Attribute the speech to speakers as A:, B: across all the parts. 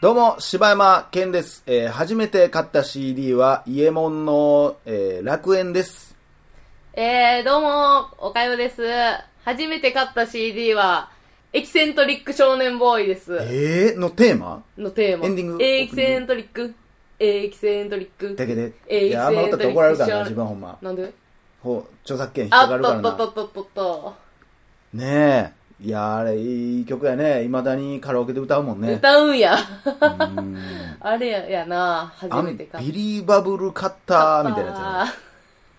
A: どうも、柴山健です。えー初めて買った CD は、イエモンの、えー楽園です。
B: えー、どうも、おかよです。初めて買った CD は、エキセントリック少年ボーイです。
A: えー、のテーマ
B: のテーマ。
A: エンディング
B: エキセントリック。エキセントリック。
A: だけで。
B: えー
A: いや、あんま歌って怒られるからな、
B: エキセ
A: 自
B: ント
A: 分ほんま。
B: なんで
A: ほう、著作権引っ
B: あ
A: か
B: っ
A: か
B: と
A: るから
B: っとっと
A: な。
B: っとっとっと。
A: ねえ。いや、あれ、いい曲やね。未だにカラオケで歌うもんね。
B: 歌うんや。
A: うん
B: あれややな、
A: ア
B: 初め
A: ン
B: て
A: ビ
B: 買った。
A: リーバブルカッターみたいなや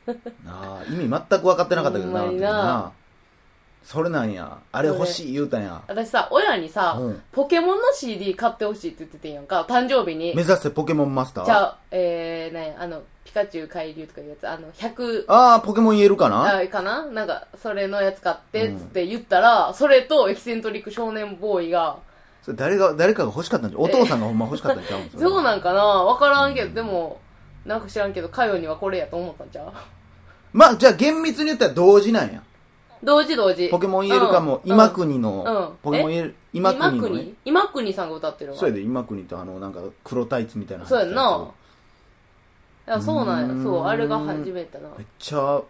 A: つやね。なあ意味全く分かってなかったけどな
B: ほんまに
A: あの時
B: な
A: それなんやあれ欲しい言うたんや
B: 私さ、親にさ、
A: うん
B: ポケモンの CD 買ってほしいって言っててんやんか、誕生日に。
A: 目指せポケモンマスター
B: じゃあ、えー、なんやあの、ピカチュウ、海流とかいうやつ、あの、100、
A: ああポケモン言えるかな
B: あれかななんか、それのやつ買って、
A: うん
B: つって言ったら、それとエキセントリック少年ボーイが、
A: それ誰が誰かが欲しかったんじゃお父さんがほんま欲しかったんちゃうんです
B: そうなんんかなわからんけど、でも、なんか知らんけど、カヨにはこれやと思ったんちゃう
A: まあじゃあ厳密に言ったら同時なんや
B: 同時同時。
A: ポケモン言えるかも、
B: うん
A: 今
B: うん
A: 国の、
B: うん
A: ポケモン言える今
B: 今
A: 国
B: 国
A: の、
B: 今
A: ね
B: 国、今国さんが歌ってるわ。
A: そうやで今国とあのなんか黒タイツみたいなの
B: そう
A: 入っ
B: や
A: て
B: ん
A: たやつ
B: な。いや、そうな
A: うんーん
B: や。そう、あれが初めてな。
A: めっちゃ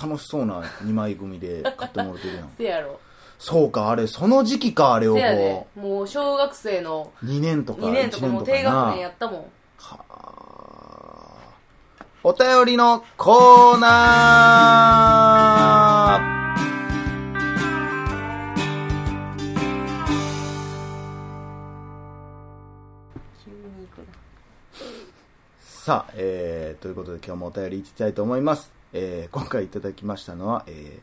A: 楽しそうな2枚組で 買ってもらってるやん
B: せやろ。
A: そうかあれその時期かあれを
B: せ
A: こ
B: やで
A: う。
B: もう小学生の
A: 2年とか
B: 2
A: 1
B: 年
A: 年
B: と
A: と
B: か
A: か
B: もう低学年やったもん。
A: はあお便りのコーナ
B: 急に行くな。
A: ーさあ、えー、ということで今日もお便りいきたいと思います。えー、今回いただきましたのは、えー、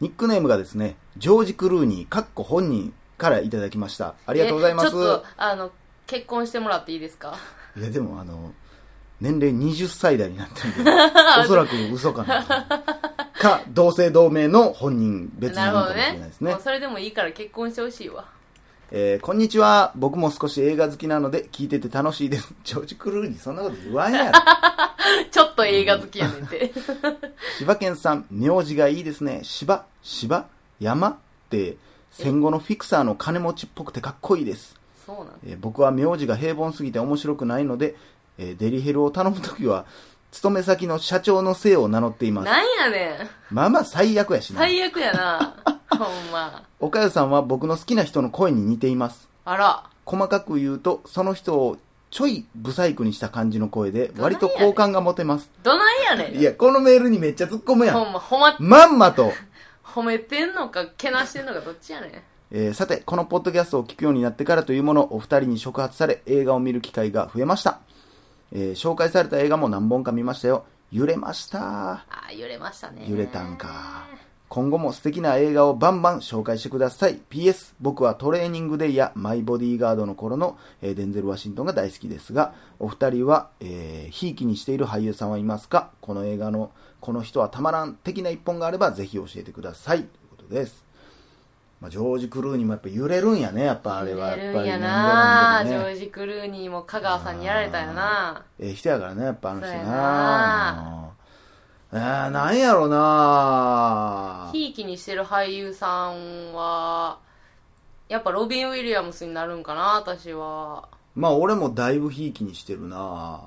A: ニックネームがですね、ジョージ・クルーニー、かっこ本人からいただきました。あ
B: あ
A: りがとうございます。
B: ちょっと、あの、結婚してもらっていいですか
A: いや、でもあの、年齢20歳代になって るんで、おそらく嘘かなと。か、同姓同名の本人、別人
B: な
A: か
B: る
A: もし
B: ほど
A: れない
B: ね
A: です。ね
B: もう。それでもいいから結婚してほしいわ。
A: えーこんにちは。僕も少し映画好きなので、聞いてて楽しいです。ジョージ・クルーにそんなこと言わん やろ。
B: ちょっと映画好きやねんて。
A: 柴犬さん、名字がいいですね。柴、柴、山って、戦後のフィクサーの金持ちっぽくてかっこいいです。
B: そうなん
A: えー僕は名字が平凡すぎて面白くないので、えーデリヘルを頼むときは、勤め先の社長の姓を名乗っています。
B: なんやねん。
A: まあまあ最悪やしな。
B: 最悪やな。ほんま。
A: 岡谷さんは僕の好きな人の声に似ています。
B: あら。
A: 細かく言うと、その人をちょいブサイクにした感じの声で、
B: どな
A: 割
B: いやねん
A: と好感が持てます。
B: どないやねん。
A: いや、このメールにめっちゃ突っ込むや
B: ほ
A: ん。
B: んま、ほま、
A: まんまと。
B: 褒めてんのか、けなしてんのか、どっちやねん。
A: えーさて、このポッドキャストを聞くようになってからというもの、お二人に触発され、映画を見る機会が増えました。えー紹介された映画も何本か見ましたよ。揺れました。
B: あー揺れましたね。
A: 揺れたんか。今後も素敵な映画をバンバン紹介してください。PS、僕はトレーニングデイやマイボディーガードの頃の、えーデンゼル・ワシントンが大好きですが、お二人は、えー、ひいきにしている俳優さんはいますかこの映画の、この人はたまらん的な一本があれば、ぜひ教えてください。ということです。まあ、ジョージ・クルーにもやっぱ揺れるんやね、やっぱあれは。や
B: 揺れ
A: っ
B: る
A: ぱ
B: ん
A: り
B: やな、
A: 何
B: ジ
A: 度も
B: ョ
A: ね
B: ージ・クルーニーも香川さんにやられたよな。
A: ええ人やからね、やっぱあの人
B: そうや
A: な
B: な。
A: えー、なんやろな
B: ひいきにしてる俳優さんは、やっぱロビン・ウィリアムスになるんかな、私は。
A: まあ俺もだいぶひいきにしてるな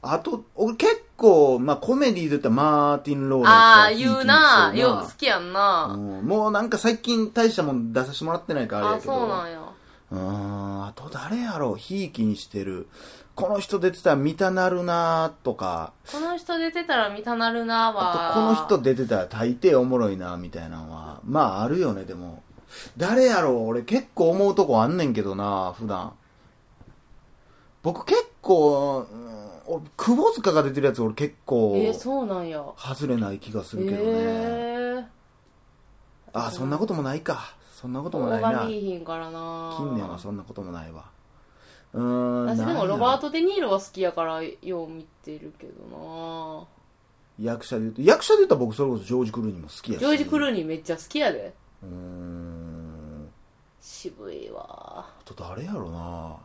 A: あと、俺結構、まあコメディーで言ったらマーティン・ローレンス
B: あ
A: は
B: あー、
A: ひいきにして
B: 言う
A: る
B: な。よう、好きやん
A: う
B: な。
A: んもうなんか最近大したもん出させてもらってないからあれ
B: あ
A: や
B: ー
A: けど。
B: そうなんや。
A: うーん、あと誰やろう、ひいきにしてる。この人出てたら見たなるなとか、
B: この人出てたら見たなるな
A: あ
B: は。
A: とこの人出てたら大抵おもろいなみたいなのは、まああるよね、でも。誰やろう、俺結構思うとこあんねんけどな普段。僕結構、うん俺、窪塚が出てるやつ俺結構、
B: えー、そうなんや。
A: 外れない気がす
B: え
A: るけどね。
B: ー。
A: あ、そんなこともないか。そんなこともないな。
B: 拝みいひんからな。
A: 近年はそんなこともないわ。うーん。
B: 私で
A: なんや
B: も
A: ろ
B: ロバート・デ・ニーロは好きやからよう見てるけど
A: 役者で言うと、役者で言ったら僕それこそジョージ・クルーニーも好きやし。
B: なジョージ・クル
A: ー
B: ーニーめっちゃ好きやで。
A: うーん。
B: 渋いわ。
A: あと誰やろな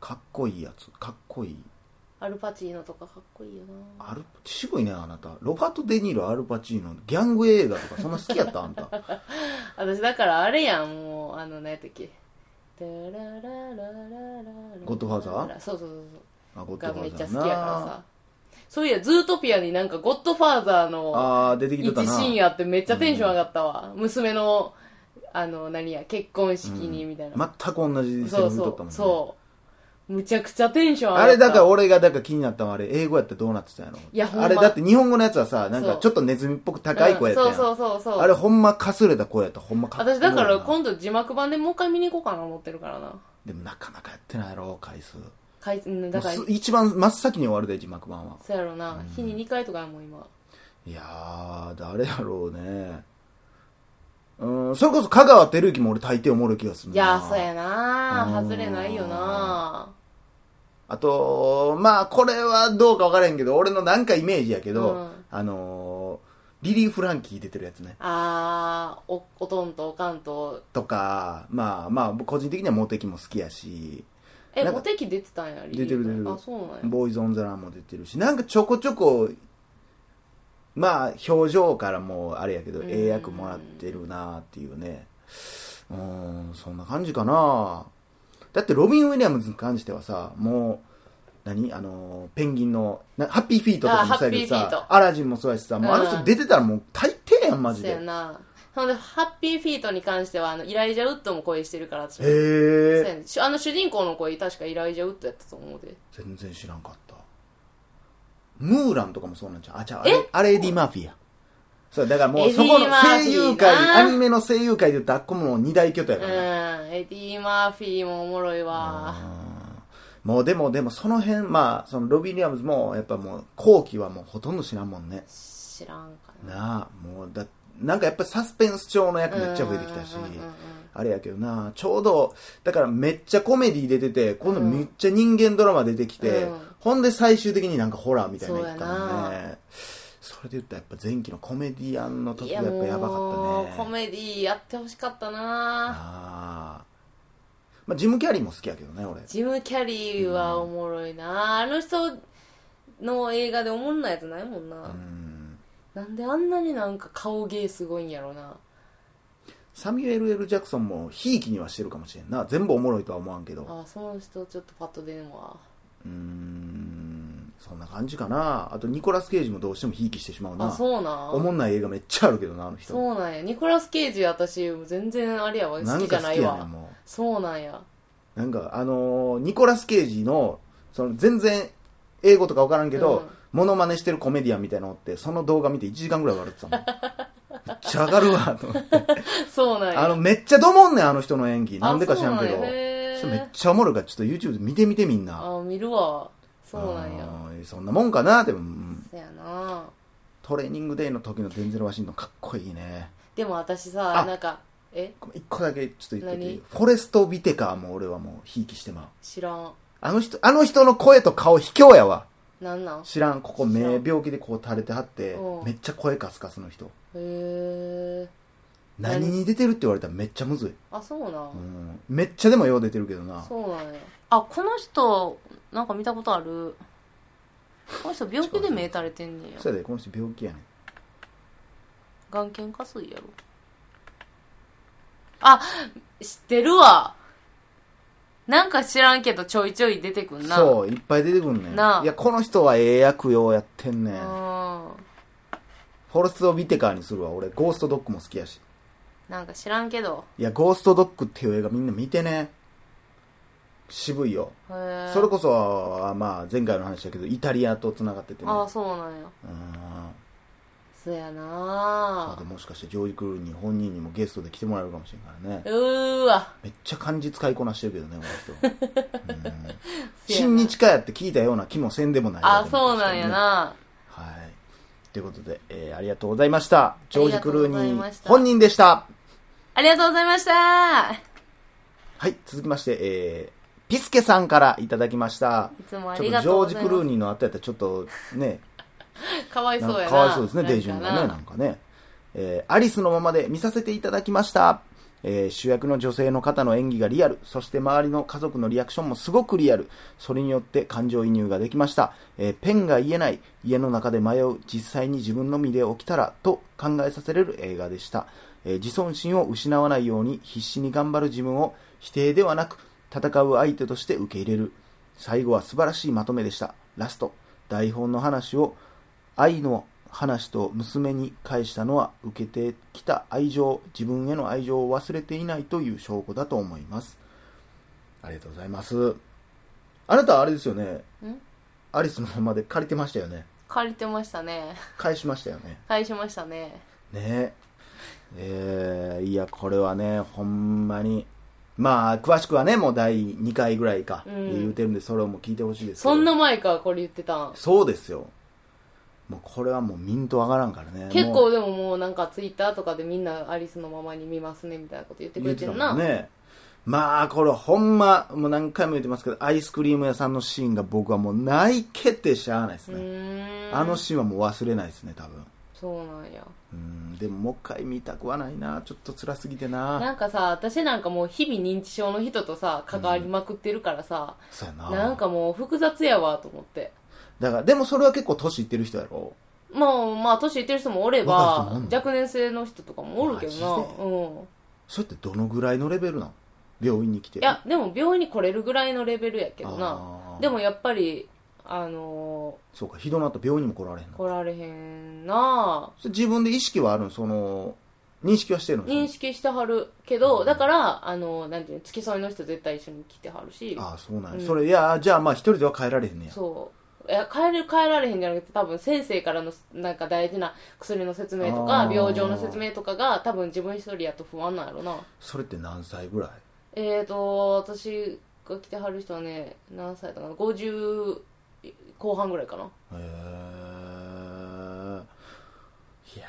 A: かっこいいやつかっこいい
B: アルパチーノとかかっこいいよな。
A: アル渋いねあなたロバート・デ・ニー ロアルパチーノギャング映画とかそんな好きやったあんた
B: 私だからあれやん、もう、あの、何やったっけ。ゴ
A: ゴッ
B: ッ
A: ドファーザー
B: そうそうそう
A: あ、
B: そ
A: ゴ
B: う。
A: ッド
B: が
A: ファ
B: めっ
A: ー
B: ち
A: ザ
B: ゃ
A: ー
B: 好きやから
A: な
B: さ。そういや、ズートピアになんかゴッドファーザーの
A: あー、出てきて
B: 一
A: たな。
B: シーンあってめっちゃテンション上がったわ。娘の、あの、何や、結婚式にみたいな。
A: 全く同じセリ
B: そう
A: フ言っと
B: そ
A: ったもんね。
B: う。そう。むちゃくちゃテンション上がった。
A: あれだから俺がだから気になったのはあれ英語やったらどうなってたんやろ
B: いやほんま
A: あれだって日本語のやつはさなん
B: そ
A: か
B: う
A: ちょっとネズミっぽく高い声やったやん、
B: うんそうそうそうそう。
A: あれほんまかすれた声やったほんまかっこいい
B: 私
A: な
B: だから今度字幕版でもう一回見に行こうかな思ってるからな。
A: でもなかなかやってないやろ回数
B: かいうんだから、
A: もう
B: そ
A: す一番真っ先に終わるで字幕版は
B: うやろな。日に2回とかやもん今。
A: いやー誰やろうねうんそれこそ香川照之も俺大抵おもろい気がするない
B: やー、そうやな
A: うん
B: 外れないよな
A: あとまあこれはどうか分からへんけど俺のなんかイメージやけど、
B: うん
A: あのーリリー・フランキー出てるやつね
B: あー、お、おとんとおかんと。
A: とか、まあまあ、個人的にはモテキも好きやし、
B: え、
A: なんか
B: モテキ出てたんや、リリ
A: 出
B: ー
A: てる出てる
B: あ、そうなんや。
A: ボーイズ・オン・ザ・ランも出てるし、なんかちょこちょこ、まあ、表情からもうあれやけど、
B: うん
A: 英訳もらってるなっていうね。うーん、そんな感じかなだって、ロビン・ウィリアムズに関してはさ、もう、何あの、ペンギンの、なハッピーフィートとかもそうやけど
B: あハッピーフィ
A: さ
B: ー、ト
A: アラジンもそうやしさ、もうあの
B: う
A: 人
B: ん
A: 出てたらもう大抵やん、マジ
B: そう
A: で
B: や。なほんで、ハッピーフィートに関しては、あの、イライジャウッドも声してるから、私
A: へ
B: そう
A: ー
B: やねしあの、主人公の声、確かイライジャウッドやったと思うで。
A: 全然知らんかったムーランとかもそうなんちゃうあちゃうあれあれエディ・マーフィーやそうだからもう
B: エディ
A: そこの
B: マーフィーな
A: 声優界アニメの声優界で言ったらあっこも二大巨頭や
B: う
A: か
B: ん
A: らな、。
B: エディ・マーフィーもおもろいわ。
A: もうでもでもその辺まあそのロビン・リアムズもやっぱもう後期はもうほとんど知らんもんね
B: 知らんかな。
A: なあもうだなんかやっぱサスペンス調の役めっちゃ増えてきたし
B: うんうんうんうん
A: あれやけどなちょうどだからめっちゃコメディ出てて今度めっちゃ人間ドラマ出てきて、
B: うん
A: ほんで最終的になんかホラーみたいなのいったも
B: そうんや
A: ねそれで言ったらやっぱ前期のコメディアンの時
B: い
A: がや
B: や
A: っぱやば
B: もう
A: か
B: コ
A: ったね
B: メディやってほしかったな
A: ああまあジム・キャリーも好きやけどね俺
B: ジム・キャリーはおもろいな、あの人の映画でおもんないやつないもんな、
A: うん
B: なんであんなになんか顔芸すごいんやろな
A: サミュエル・ L ・ジャクソンもひいきにはしてるかもしれんな全部おもろいとは思わんけど
B: あその人ちょっとパッと出ねえわ
A: うーんそんな感じかなあとニコラス・ケイジもどうしてもひいきしてしまう
B: あ
A: な
B: そうなん
A: おもんない映画めっちゃあるけどなあの人
B: そうなんやニコラス・ケイジ私全然あれやわ
A: な
B: 好
A: ん
B: きじ
A: か
B: ゃな
A: 好
B: い
A: きやね
B: わ
A: んも
B: そうなんや
A: うなんかあのーニコラス・ケイジのその全然英語とか分からんけど、
B: うん
A: モノマネしてるコメディアンみたいなのおってその動画見て1時間ぐらい笑ってた もんめっちゃ上がるわと思って
B: そうなんや
A: あのめっちゃどもんねんあの人の演技なんでか知らんけ
B: あそ
A: ど
B: うなんやへー
A: それめっちゃおもろいからちょっと YouTube で見てみてみんな
B: あ見るわそうなんや
A: あーそんなもんかなでもうん
B: そやな
A: トレーニングデイの時のデンゼル・ワシントンかっこいいね
B: でも私さ
A: あ
B: なんかえ
A: 一個だけちょっと言ってていい
B: 何
A: フォレスト・ビテカーも俺はもうひいきしてまう
B: 知らん
A: あの人、あの人の声と顔卑怯やわ。
B: なんなんへ
A: 知らん、ここ目
B: 知らん
A: 病気でこう垂れてはって
B: う、ん
A: めっちゃ声カスカスの人。
B: え何
A: 何に出てるって言われたらめっちゃむずい。
B: あそうなん、
A: うん。めっちゃでもよう出てるけどな。
B: そうなんやあこの人なんか見たことあるこの人病気で目垂れてんねや
A: そうやで、この人病気やねん。
B: 眼瞼下垂やろあ知ってるわなんか知らんけどちょいちょい出てくんな
A: そう、いっぱい出てくんねん。い
B: なあ
A: や、この人はええ役ようやってんね。
B: うんん
A: フォレスト・ビテカーにするわ。俺、ゴースト・ドッグも好きやし。
B: なんか知らんけど
A: いや、ゴースト・ドッグっていう映画みんな見てね。渋いよ。
B: へえ
A: それこそ、まあ、前回の話だけど、イタリアと繋がっててね。
B: あそう
A: う
B: なんや
A: ん。
B: そや
A: あ
B: な
A: ともしかしてジョージ・クルーニー本人にもゲストで来てもらえるかもしれんからね
B: うーわ
A: めっちゃ漢字使いこなしてるけどねこの人う ん
B: せやな
A: 親日家やって聞いたような気もせんでもないわ
B: あ
A: でも
B: そうなんやな
A: はいということで、えーありがとうございましたジョージ・クルー
B: ありがとう
A: ニ
B: ござい
A: ー
B: ました
A: 本人でした
B: ありがとうございました
A: はい続きまして、えーピスケさんからいただきました
B: いつもあ
A: ちょ
B: り
A: っと
B: が
A: ジ
B: とう
A: ョ
B: ご
A: ー
B: ざ
A: ジ・
B: います。
A: クルーニーの後やったらちょっとね
B: かわい
A: な
B: そ
A: ん
B: うや
A: か
B: な。
A: かわいそうですね、
B: なんかな
A: デイジュンがね、なんかね。えーアリスのままで見させていただきました。えー主役の女性の方の演技がリアル、そして周りの家族のリアクションもすごくリアル、それによって感情移入ができました。えーペンが言えない、家の中で迷う、実際に自分の身で起きたら、と考えさせれる映画でした。ええー自尊心を失わないように必死に頑張る自分を否定ではなく戦う相手として受け入れる最後は素晴らしいまとめでしたラスト台本の話を愛の話と娘に返したのは受けてきた愛情自分への愛情を忘れていないという証拠だと思いますありがとうございますあなたはあれですよね
B: ん
A: アリスのままで借りてましたよね
B: 借りてましたね。
A: 返しましたよね
B: 返しましたね。
A: ねえーいやこれはねほんまにまあ詳しくはねもう第2回ぐらいか、
B: うん
A: 言うてるんでそれをもう聞いてほしいですけど
B: そんな前からこれ言ってたん。
A: そうですよもうこれはもうミント上がらんからね
B: 結
A: もう
B: 構でももうなんかツイッターとかでみんなアリスのままに見ますねみたいなこと言ってく
A: 言っ
B: れ
A: ててた
B: るな。
A: もんねまあこれほんまもう何回も言ってますけどアイスクリーム屋さんのシーンが僕はもうないけてしゃあないです
B: う
A: ね、
B: ーん。
A: あのシーンはもう忘れないですね多分
B: そうなんや。
A: うんでももう一回見たくはないなちょっと辛すぎてな
B: なんかさ、私なんかもう日々認知症の人とさ、関わりまくってるからさ、
A: そうやな
B: なんかもう複雑やわと思って。
A: だからでもそれは結構年いってる人やろ
B: まあまあ、年いってる人もおれ
A: 若い人もおん
B: ば
A: の、
B: 若年性の人とかもおるけ
A: マジで
B: ど
A: それってどのぐらいのレベルなの病院に来て
B: な。うん。
A: る
B: いや、でも病院に来れるぐらいのレベルやけどな。
A: あー
B: でもやっぱり、あの
A: そうかひどなったら病院にも来られへん
B: ー
A: の
B: 来られへんな
A: それ自分で意識はあるのその認識はしてるの
B: 認識してはるけど、だから、あのーなんていうの、付き添いの人絶対一緒に来てはるし。
A: ああそうなんや、
B: うん
A: それいやじゃあまあ一人では帰られへんねや
B: そう。いや、帰れる、帰られへんじゃなくて、多分先生からの、なんか大事な薬の説明と
A: あ
B: か
A: ー、
B: 病状の説明とかが、多分自分一人やと不安なんやろな。
A: それって何歳ぐらい
B: えーと、私が来てはる人はね、何歳だかな、50後半ぐらいかな。
A: へえいやー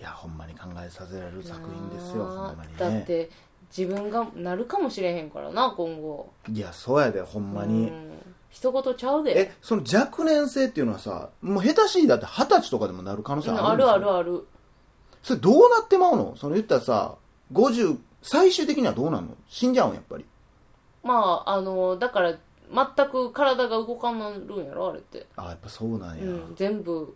A: いやほんまに考えさせられる作品ですよ
B: なあ
A: ほんまにね
B: だって、自分がなるかもしれへんからな、今後。
A: いやそうやでほんまに、
B: うん。一言ちゃうで
A: え。その若年性っていうのはさもう下手しいだって二十歳とかでもなる可能性
B: うん
A: ある
B: あ
A: んです
B: る
A: よ
B: あるある。
A: それどうなってまうのその言ったらさ50最終的にはどうなんの死んじゃうんやっぱり
B: まあ、あの、だから、全く体が動かんなるんやろ、あれって。
A: あやっぱそうなんや、
B: うん、全部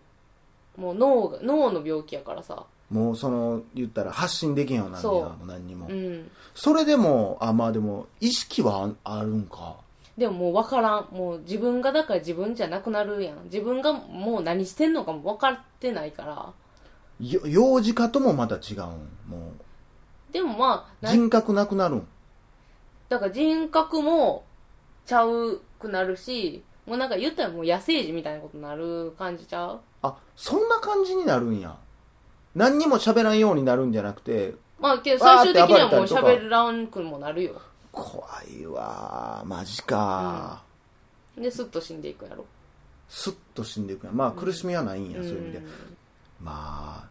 B: もう脳が脳の病気やからさ、
A: もうその言ったら発信できんようになんねや
B: そう
A: もう何にも、
B: うん、
A: それでもあまあでも意識はああるんか
B: でももう分からんもう自分がだから自分じゃなくなるやん自分がもう何してんのかも分かってないから
A: よ幼児化ともまた違うんも
B: でもまあ
A: う
B: な
A: 人格なくなるん
B: だから人格もちゃうくなるしもうなんか言ったらもう野生児みたいなことになる感じちゃう
A: あそんな感じになるんや何にも喋らんようになるんじゃなくて
B: まあけど最終的にはもう
A: わーって暴れたりとか
B: 喋らんくもなるよ
A: 怖いわマジか、
B: でスッと死んでいくやろ
A: スッと死んでいくやんまあ苦しみはないんや、そういう意味で
B: うん
A: まあ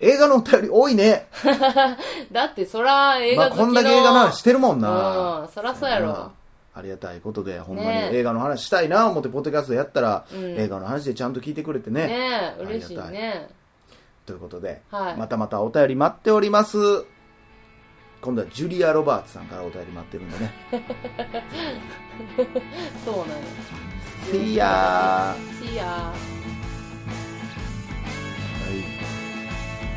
A: 映画のお便り多いね、
B: だってそら映
A: ま
B: 画
A: あ、
B: 好き
A: こ
B: の、
A: んだけ映画の話してるもんな、
B: うんそらそうやろ
A: ありがたいことでほんまに
B: ねえ
A: 映画の話したいな思ってポッドキャストやったら、
B: うん
A: 映画の話でちゃんと聞いてくれてね
B: ねえ嬉しいね
A: ということで、
B: はい
A: またまたお便り待っております今度はジュリア・ロバーツさんからお便り待ってるんでね
B: そうなん
A: See
B: や
A: ya! は
B: See ya.
A: い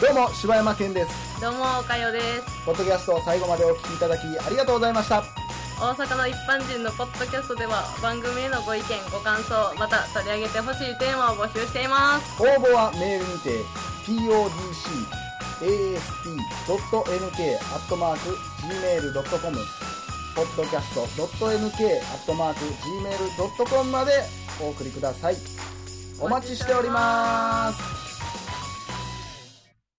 A: どうも柴山健です
B: どうも、おかよです。
A: ポッドキャストを最後までお聞きいただきありがとうございました
B: 大阪の一般人のポッドキャストでは番組へのご意見、ご感想、また取り上げてほしいテーマを募集しています。
A: 応募はメールにて podcast.nk.gmail.com podcast.nk.gmail.com までお送りくださいお待ちしております